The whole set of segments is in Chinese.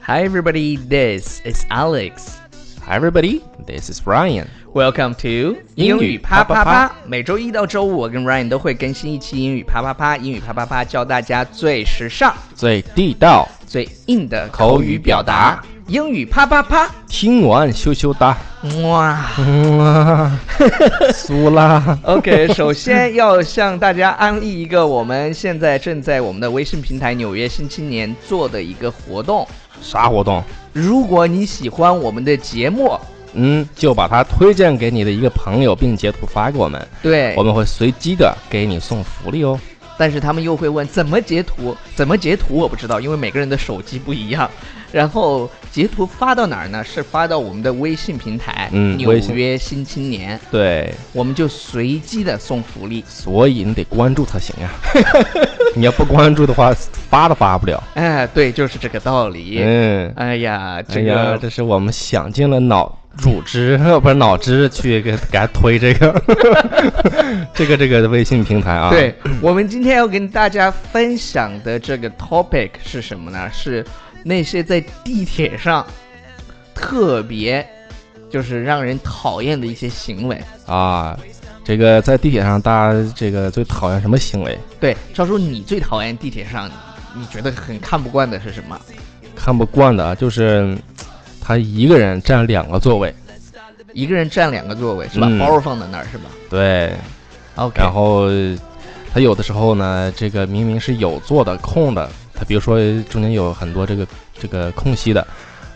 Hi, everybody. This is Alex. Hi everybody, this is Ryan. Welcome to 英语啪啪啪。每周一到周五，我跟 Ryan 都会更新一期英语啪啪啪。英语啪啪啪教大家最时尚、最地道，最硬的口语表表达。英语啪啪啪，听完羞 羞哒，哇！ 嗯啦，苏 啦， OK，首先要向大家安利一个我们现在正在我们的微信平台《纽约新青年》做的一个活动。啥活动？如果你喜欢我们的节目，嗯，就把它推荐给你的一个朋友，并截图发给我们，对我，们会随机的给你送福利哦。但是他们又会问怎么截图，怎么截图我不知道，因为每个人的手机不一样。然后截图发到哪儿呢？是发到我们的微信平台，嗯纽微信约新青年，对，我们就随机的送福利。所以你得关注 才行呀、啊你要不关注的话，发都发不了。哎，对，就是这个道理。嗯，哎呀，哎这个、呀，这是我们想尽了脑乳汁， 不是脑汁去给给他推这个， 这个这个微信平台啊。对，我们今天要跟大家分享的这个 topic 是什么呢？是那些在地铁上特别就是让人讨厌的一些行为。啊，这个在地铁上，大家这个最讨厌什么行为？对，赵叔，你最讨厌地铁上你觉得很看不惯的是什么？看不惯的啊，就是嗯他一个人占两个座位，一个人占两个座位是吧？嗯包包放在那儿是吧对， ？OK，然后他有的时候呢，这个明明是有座的空的，他比如说中间有很多这个这个空隙的，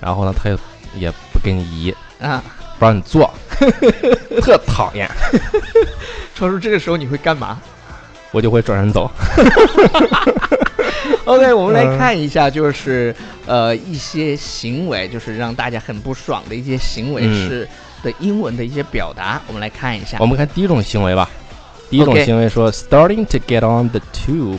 然后呢，他也也不给你移，啊，不让你坐， 特讨厌， 赵叔，这个时候你会干嘛我就会转身走。 ？OK，我嗯们来看一下，就是呃一些行为，就是让大家很不爽的一些行为嗯是的英文的一些表达，我们来看一下 我。们看第一种行为吧。第一种 OK 行为说，starting to get on the tube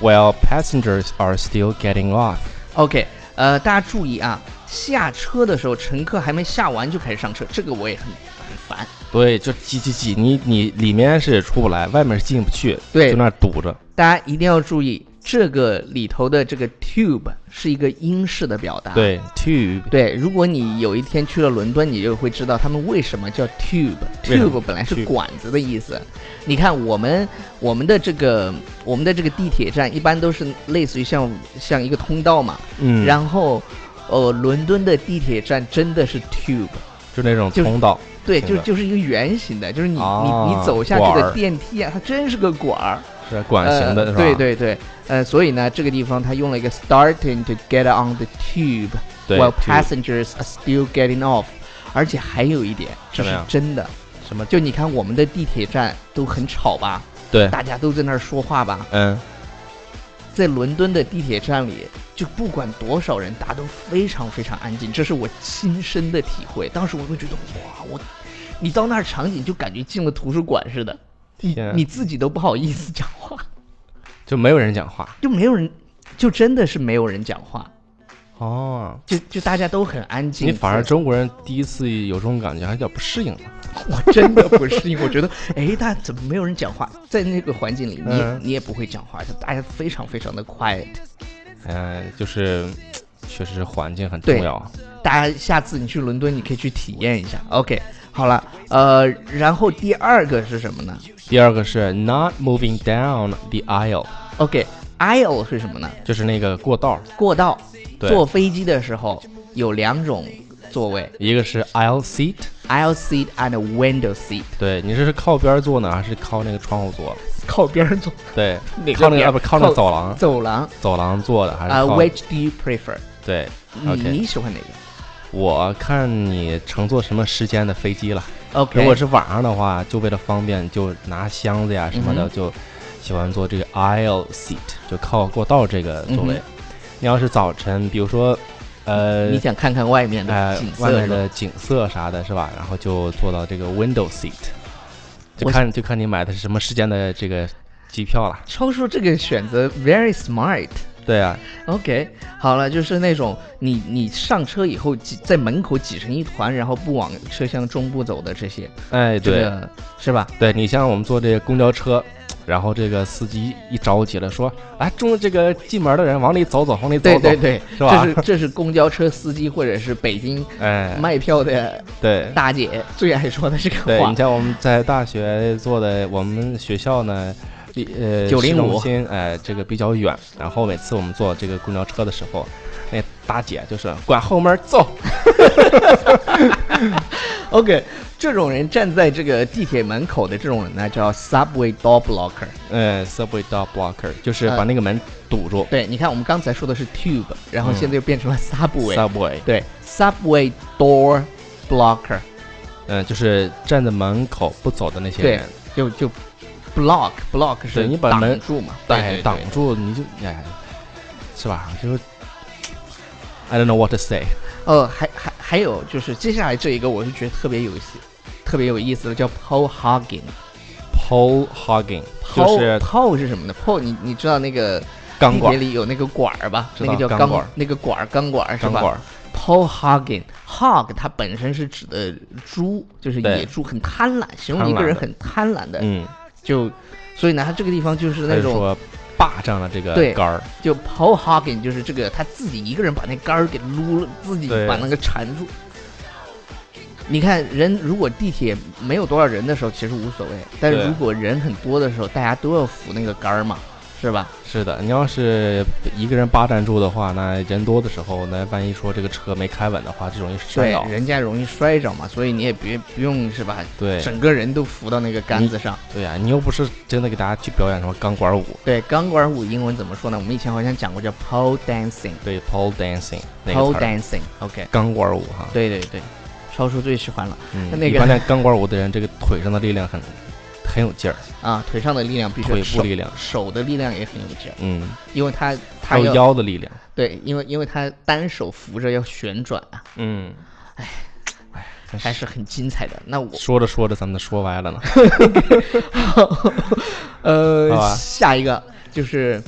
while passengers are still getting off。 OK，呃，大家注意啊，下车的时候乘客还没下完就开始上车，这个我也很很烦。对，就挤挤挤，你你里面是出不来，外面是进不去，对就那儿堵着。大家一定要注意，这个里头的这个 tube 是一个英式的表达。对，tube，对如果你有一天去了伦敦，你就会知道他们为什么叫 tube。为什么 tube 本来是 tube 管子的意思。你看我们我们的这个我们的这个地铁站一般都是类似于像像一个通道嘛，嗯，然后呃伦敦的地铁站真的是 tube。就那种就是通道，对，就明白就是一个圆形的，就是你、你啊你走下管这个儿电梯啊，它真是个管儿，是管型呃的，是吧？对对对，呃，所以呢，这个地方它用了一个 starting to get on the tube 对 while tube passengers are still getting off，而且还有一点，这什么是呀真的，什么？就你看我们的地铁站都很吵吧，对，大家都在那儿说话吧，嗯，在伦敦的地铁站里。就不管多少人，大家都非常非常安静，这是我亲身的体会。当时我会觉得，哇，我，你到那儿场景就感觉进了图书馆似的，你天啊你自己都不好意思讲话，就没有人讲话。就没有人，就真的是没有人讲话，哦，就就大家都很安静。你反而中国人第一次有这种感觉，还有点不适应了。我真的不适应，我觉得，哎，大家怎么没有人讲话？在那个环境里，你也、嗯你也不会讲话，就大家非常非常的 quiet。嗯，就是确实环境很对重要啊。大家下次你去伦敦，你可以去体验一下。OK，好了，呃，然后第二个是什么呢第二个是 not moving down the aisle， ？OK，aisle、是什么呢？就是那个过道儿，过道。对坐飞机的时候有两种座位一个是 aisle seat， ，aisle seat and window seat，对你这是靠边儿坐呢，还是靠那个窗户坐？靠边儿坐，对，哪靠个那边个儿啊不靠那靠个走廊，走廊。走廊坐的还是啊、靠 w h i c h do you prefer？对你，OK 你喜欢哪个我看你乘坐什么时间的飞机了。 ？OK，如果是晚上的话，就为了方便，就拿箱子呀什么嗯的，就喜欢坐这个 aisle seat，就靠过道这个座位嗯。你要是早晨，比如说，呃你，想看看外面的呃景，色外是面吧？的景色啥的，是吧？然后就坐到这个 window seat，就我看就看你买的是什么时间的这个机票了。超叔这个选择 very smart。对啊， OK，好了，就是那种你你上车以后挤在门口挤成一团，然后不往车厢中部走的这些，哎，这对，个是吧？对你像我们坐这个公交车，然后这个司机一着急了，说：“哎，中这个进门的人往里走走，往里走对走，对对，是吧这是这是公交车司机或者是北京哎，卖票的对大姐最爱说的这个对，话你。像我们在大学做的，我们学校呢，离呃905市中心，哎，这个比较远。然后每次我们坐这个公交车的时候，那大姐就是管后门走， OK，这种人站在这个地铁门口的这种人呢，叫 subway door blocker。 呃，subway door blocker，就是嗯把那个门堵住。对，你看我们刚才说的是 tube，然后嗯现在又变成了 subway。 subway，对，subway door blocker，嗯、就是站在门口不走的那些对人，，就就 block block 是对你把挡门住嘛，但对对挡对住你就哎，是吧？就是 I don't know what to say。呃，还还还有就是接下来这一个，我是觉得特别有意思，特别有意思的叫 Paul Hogging。 Paul Hogging，就 Paul 是 Paul 是什么呢？Paul 你你知道那个钢地管铁，里有那个管儿吧？知那个道叫钢钢管儿那个管儿钢管儿是钢吧管。 Paul Hogging，hog 它本身是指的猪，就是对野猪，很贪婪，形容贪一个婪人的很贪婪的，嗯，就所以呢，他这个地方就是他那就种说霸占了这个对杆儿，就 Paul Hogging 就是这个他自己一个人把那杆儿给撸了，自己对把那个缠住。你看，人如果地铁没有多少人的时候，其实无所谓；但是对如果人很多的时候，大家都要扶那个杆儿嘛，是吧？是的，你要是一个人霸占住的话，那人多的时候，那万一说这个车没开稳的话，就容易摔对倒，。人家容易摔着嘛，所以你也别不用是吧？对整个人都扶到那个杆子上。对呀、啊你又不是真的给大家去表演什么钢管舞，对，钢管舞英文怎么说呢？我们以前好像讲过叫 pole 对 pole dancing 那个 dancing，pole 词儿， dancing，OK，、钢管舞哈。对对对，超叔最喜欢了嗯，那个一般练钢管舞的人，这个腿上的力量很很有劲儿，啊！腿上的力量必须腿手部力量，手的力量也很有劲儿，嗯，因为他还他有要腰的力量，对，因为因为他单手扶着要旋转啊，嗯，哎，还是很精彩的。那 我说着说着咱们说 歪了呢，好呃吧下一个就是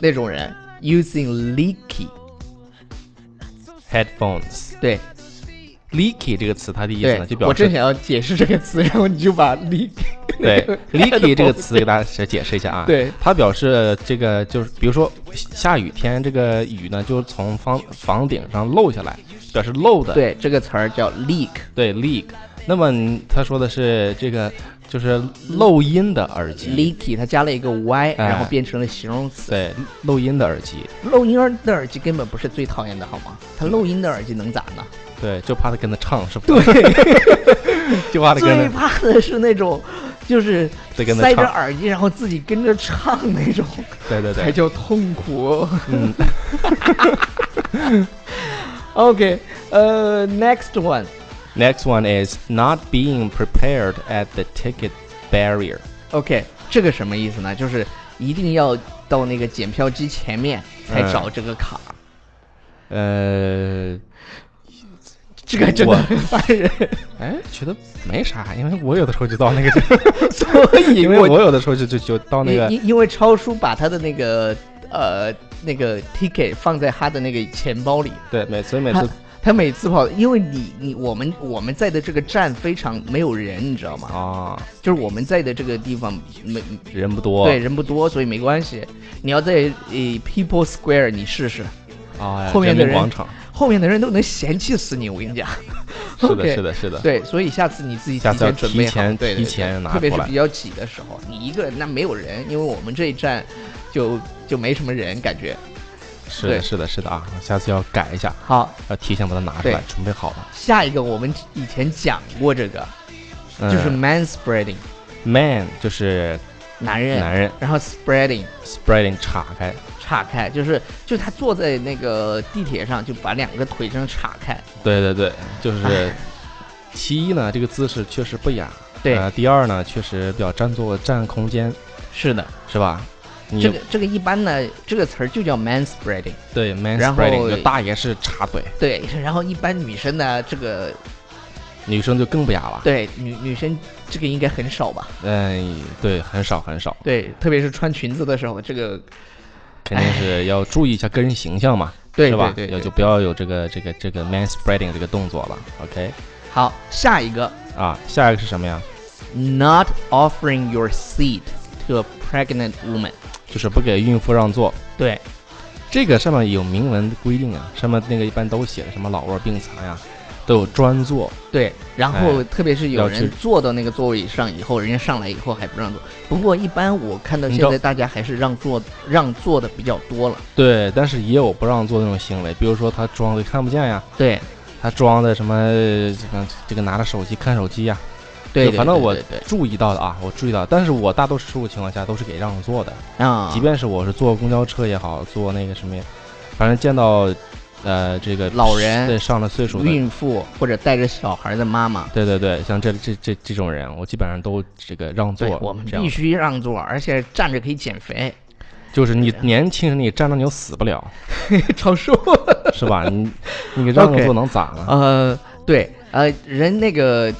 那种人 using leaky， headphones。对 leaky 这个词，它的意思对呢，就，表我正示想要解释这个词，然后你就把 leaky 对 leaky 这个 headphones 词给大家解释一下啊。，对它表示这个就是，比如说下雨天，这个雨呢就从房房顶上漏下来，表示漏的。对这个词儿叫 leak，对 leak。那么你他说的是这个就是漏音的耳机。 leaky，它加了一个 y，哎然后变成了形容词。对，漏音的耳机，漏音儿的耳机根本不是最讨厌的，好吗？它漏音的耳机能咋呢？对，就怕他跟他唱，是不？对， 就怕他最跟他怕的是那种，就是对跟他塞着唱，耳机，然后自己跟着唱那种，对对才对，叫痛苦。嗯， OK，呃、n e x t one。 Next one is not being prepared at the ticket barrier。 OK，这个什么意思呢？就是一定要到那个检票机前面才嗯找这个卡， 呃，这个真的我很烦人。哎，觉得没啥，因为我有的时候就到那个地 方，所以 因为我有的时候就就就到那因个，因因为超叔把他的那个呃那个 ticket 放在他的那个钱包里，对，每所以每他次他每次跑，因为你你我们我们在的这个站非常没有人，你知道吗？啊就是我们在的这个地方没人不多，对人不多，所以没关系。你要在呃 People Square 你试试，啊，后面的人民人广 场，后面的人都能嫌弃死你，我跟你讲。是 OK 的，是的，是的，对，所以下次你自己下提次要前准备提好，前对对对提前拿特别是过来比较挤的时候，你一个人那没有人，因为我们这一站就就没什么人感觉。是对的，是的，是的啊，下次要改一下，好，要提前把它拿出来，对准备好了，下一个我们以前讲过这个，嗯就是 man spreading， man 就是男人，男人然后 spreading ，spreading 岔开，岔开，就是就他坐在那个地铁上，就把两个腿这样岔开。对对对，就是哎其一呢，这个姿势确实不雅，对，呃第二呢，确实比较占座占空间，是的，是吧？你这个这个一般呢，这个词儿就叫 man spreading。对 man 然后 spreading 就大爷是插腿，对，然后一般女生呢，这个女生就更不雅了。对女女生这个应该很少吧？嗯，对，很少很少，对，特别是穿裙子的时候，这个肯定是要注意一下个人形象嘛，哎对是吧？对要对就对。不要有这个这个这个 man spreading 这个动作了。OK，好，下一个啊，下一个是什么呀？ ，not offering your seat 个 pregnant woman。就是不给孕妇让座。对，这个上面有明文规定啊，上面那个一般都写的什么老弱病残呀，都有专座。对，然后哎特别是有要人去坐到那个座位上以后，人家上来以后还不让坐。不过一般我看到你现知道在大家还是让座让座的比较多了。对，但是也有不让座那种行为，比如说他装的看不见呀，对，他装的什么呃这个这个拿着手机看手机呀，对，就对反正我对对注意到的啊，我注意到，但是我大多数情况下都是给让座的，对啊，即便是我是坐公交车也好，坐那个什么也，反正见到呃这个老人对上了岁数的孕妇或者带着小孩的妈妈，对对对，像这这这这种人，我基本上都这个让座对，，我们这样必须让座，而且站着可以减肥， 就是你这样年轻人你站着你又死不了，超瘦。是吧？你你给让个 OK 座能咋 了？呃，对，呃，人那个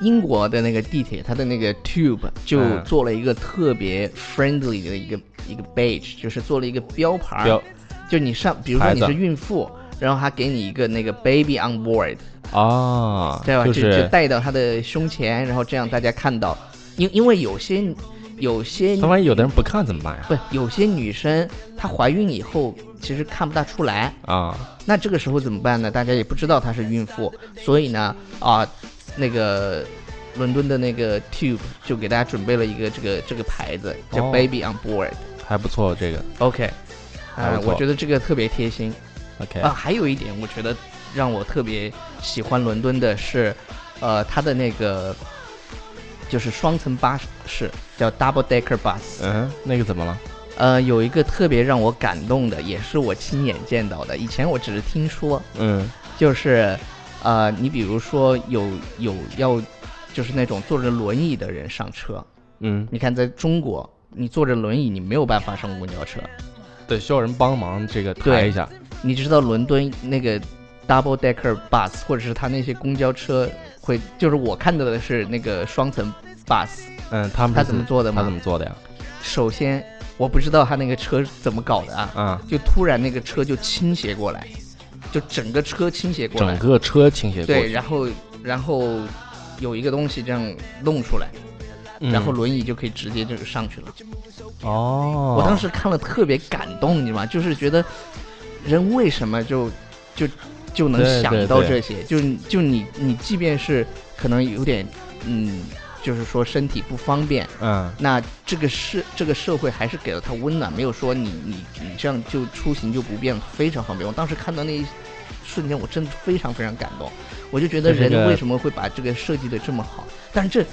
英国的那个地铁，它的那个 tube 就嗯做了一个特别 friendly 的一个一个 badge，就是做了一个标牌儿，标就你上，比如说牌你子是孕妇，然后他给你一个那个 baby on board，啊，对吧？就就就是戴到他的胸前，然后这样大家看到，因因为有些有些他万一有的人不看怎么办呀？不有些女生她怀孕以后其实看不大出来，啊，那这个时候怎么办呢？大家也不知道她是孕妇，所以呢，啊，那个伦敦的那个 Tube 就给大家准备了一个这个这个牌子，叫哦 Baby on Board。还不错，这个 OK，还啊，不错我觉得这个特别贴心 OK 啊。还有一点，我觉得让我特别喜欢伦敦的是，呃，它的那个就是双层巴士，叫 Double Decker Bus。嗯，那个怎么了？呃，有一个特别让我感动的，也是我亲眼见到的。以前我只是听说，嗯，就是，呃，你比如说有有要，就是那种坐着轮椅的人上车。嗯，你看，在中国，你坐着轮椅，你没有办法上公交车。对，需要人帮忙这个抬对一下。你知道伦敦那个 double decker bus，或者是他那些公交车会，就是我看到的是那个双层 bus，嗯，他们他是怎么做的他吗怎？么做的呀？首先，我不知道他那个车怎么搞的啊，啊，就突然那个车就倾斜过来，就整个车倾斜过来整，个车倾斜过对，去，然后然后有一个东西这样弄出来，嗯然后轮椅就可以直接就上去了。哦，我当时看了特别感动，你知道吗？就是觉得人为什么就就就能对想对到对这些？就你就你你即便是可能有点嗯，就是说身体不方便，嗯，那这个社这个社会还是给了他温暖，没有说你你你这样就出行就不便，非常方便。我当时看到那一瞬间，我真的非常非常感动，我就觉得就是人这个为什么会把这个设计的这么好？但是这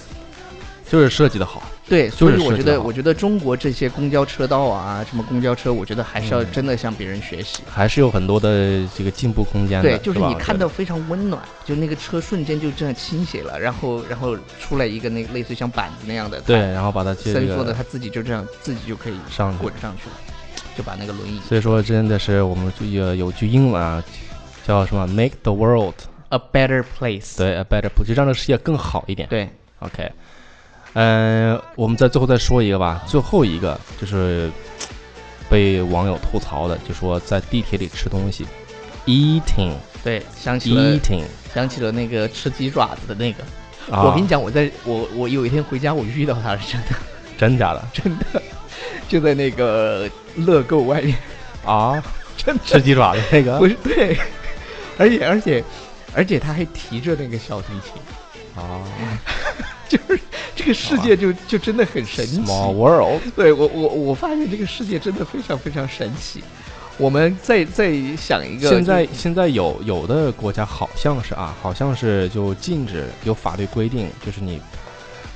就是设计的好。对，就所是以我设觉计得得好我觉得中国这些公交车道啊，什么公交车，我觉得还是要嗯真的向别人学习。还是有很多的这个进步空间的，对，就是吧你看到，非常温暖，就那个车瞬间就这样倾斜了，然后然后出来一个那个类似于像板子那样的，对，然后把它它这伸缩的，个它自己就这样自己就可以上去滚。上去了，就把那个轮椅所以说，真的是我们就有有句英文啊，叫什么 “Make the world a better place。对 a better place”，就让这个世界更好一点。对， OK，嗯、我们再最后再说一个吧，最后一个就是被网友吐槽的，就说在地铁里吃东西，eating 对，想起了 eating 想起了那个吃鸡爪子的那个。啊，我跟你讲，我在我我有一天回家，我遇到他是真的，真假的就在那个乐购外面，啊， 真的吃鸡爪的那个不是 对，而且而且而且他还提着那个小提琴，啊嗯就是这个世界就就真的很神奇。 ，small world 对我我我发现这个世界真的非常非常神奇。我们再再想一个，现在就现在有有的国家好像是啊，好像是就禁止有法律规定，就是你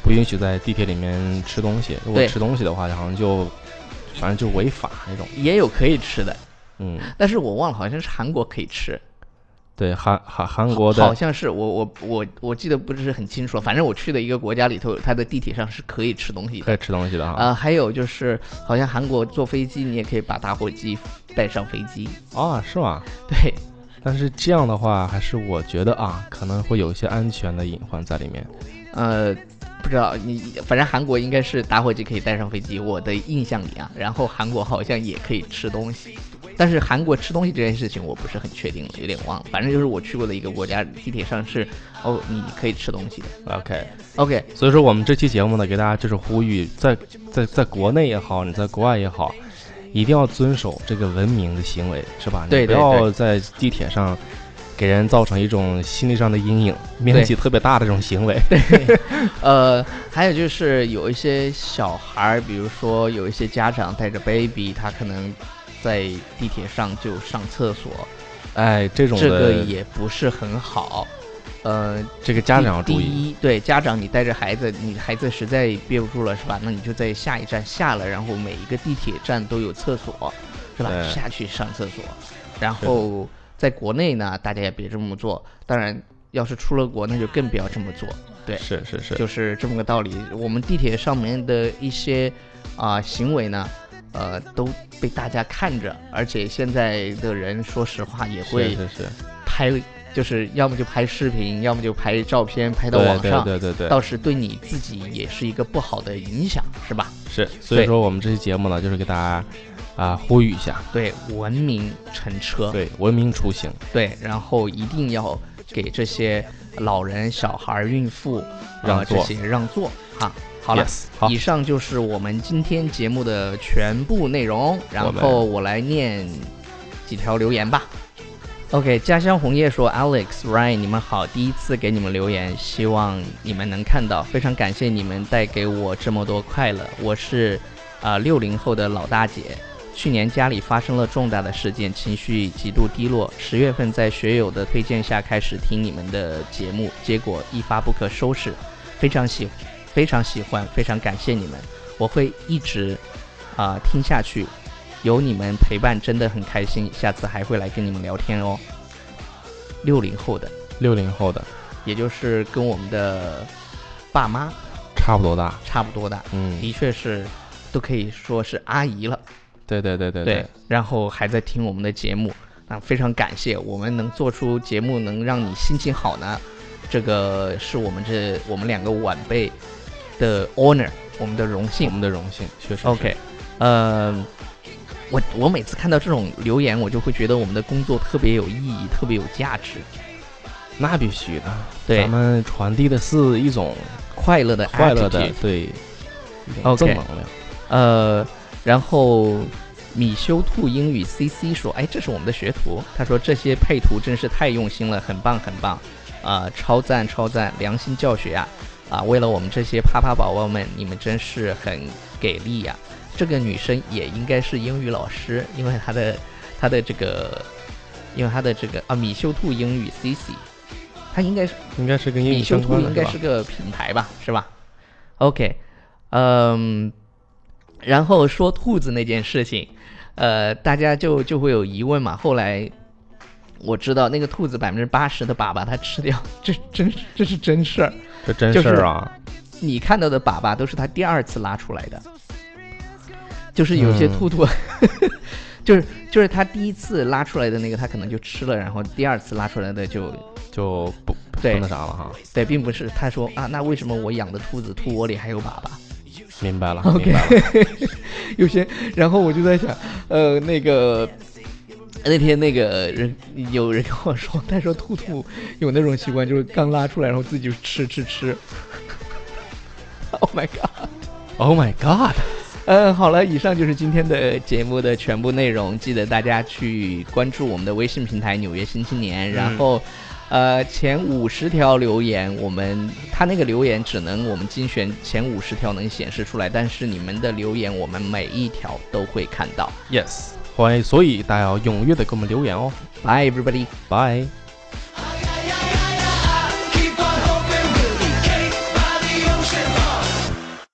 不允许在地铁里面吃东西。如果对吃东西的话，好像就反正就违法那种。也有可以吃的，嗯，但是我忘了，好像是韩国可以吃。对，韩韩韩国好的像是我我我我记得不是很清楚，反正我去的一个国家里头，它的地铁上是可以吃东西的。可以吃东西的哈。呃，还有就是，好像韩国坐飞机，你也可以把打火机带上飞机。 啊，是吗？对，但是这样的话，还是我觉得啊，可能会有一些安全的隐患在里面。呃，不知道你，反正韩国应该是打火机可以带上飞机，我的印象里啊。然后韩国好像也可以吃东西，但是韩国吃东西这件事情我不是很确定了，有点忘了。反正就是我去过的一个国家，地铁上是哦，你可以吃东西的。 OK， OK，所以说我们这期节目呢，给大家就是呼吁，在在在国内也好，你在国外也好，一定要遵守这个文明的行为，是吧？你对不对要在地铁上给人造成一种心理上的阴影，面积特别大的这种行为。呃，还有就是有一些小孩儿，比如说有一些家长带着 baby，他可能在地铁上就上厕所， 哎，这种的这个也不是很好。呃，这个家长要第注第意。一，对家长，你带着孩子，你孩子实在憋不住了，是吧？那你就在下一站下了，然后每一个地铁站都有厕所，是吧？对下去上厕所。然后在国内呢，大家也别这么做。当然，要是出了国，那就更不要这么做。对是是是，就是这么个道理。我们地铁上面的一些啊、行为呢，呃，都被大家看着，而且现在的人说实话也是会是是，拍，就是要么就拍视频，要么就拍照片，拍到对网对上，对对对，倒是对你自己也是一个不好的影响，是吧？是。所以对说我们这期节目呢，就是给大家啊、呼吁一下，对，文明乘车，对，文明出行。对，然后一定要给这些老人、小孩儿、孕妇，让呃，这座些让座哈。好了 Yes，好以上就是我们今天节目的全部内容。然后我来念几条留言吧。OK，家乡红叶说：“Alex、Ryan，你们好，第一次给你们留言，希望你们能看到，非常感谢你们带给我这么多快乐。我是，啊六零后的老大姐，去年家里发生了重大的事件，情绪极度低落。十月份在学友的推荐下开始听你们的节目，结果一发不可收拾，非常喜，非常喜欢，非常感谢你们，我会一直啊、听下去。有你们陪伴真的很开心，下次还会来跟你们聊天哦。六零后的，六零后的也就是跟我们的爸妈差不多大，差不多大，嗯，的确是都可以说是阿姨了。对对对对对，然后还在听我们的节目，那非常感谢我们能做出节目能让你心情好呢，这个是我们这我们两个晚辈的 honor，我们的荣我幸。们的荣幸，确实是 OK，呃，我我每次看到这种留言，我就会觉得我们的工作特别有意义，特别有价值。那必须的。对咱，们传递的是一种快乐的快乐的 attitude，对，一种 OK 正能量。呃，然后米修兔英语 CC 说：“哎，这是我们的学徒。”他说：“这些配图真是太用心了，很棒，很棒，啊、超赞，超赞，良心教学呀、啊！为了我们这些啪啪宝宝们，你们真是很给力呀、这个女生也应该是英语老师，因为她的她的这个，因为她的这个啊，米修兔英语 CC，她应该是。”应该是跟英米语修相图关应的该吧是个品牌吧，是吧？OK，嗯，然后说兔子那件事情，呃，大家就就会有疑问嘛。后来我知道那个兔子百分之八十的粑粑它吃掉，这真这是真事儿。这真就事是儿啊。你看到的粑粑都是它第二次拉出来的，就是有些嗯兔 兔、就是就是它第一次拉出来的那个，它可能就吃了，然后第二次拉出来的就就不不对不那啥了哈，对，并不是他说啊，那为什么我养的兔子兔窝里还有粑粑？ 明白了 OK 明白了，有些，然后我就在想，呃，那个那天那个人有人跟我说，他说兔兔有那种习惯，就是刚拉出来，然后自己就吃吃吃。Oh my god！ ，Oh my God，嗯，好了，以上就是今天的节目的全部内容。记得大家去关注我们的微信平台《纽约新青年》，然嗯后，呃，前五十条留言，我们他那个留言只能我们精选前五十条能显示出来，但是你们的留言我们每一条都会看到。 ，Yes，欢迎，所以大家要踊跃的给我们留言哦，Bye everybody。 ，Bye。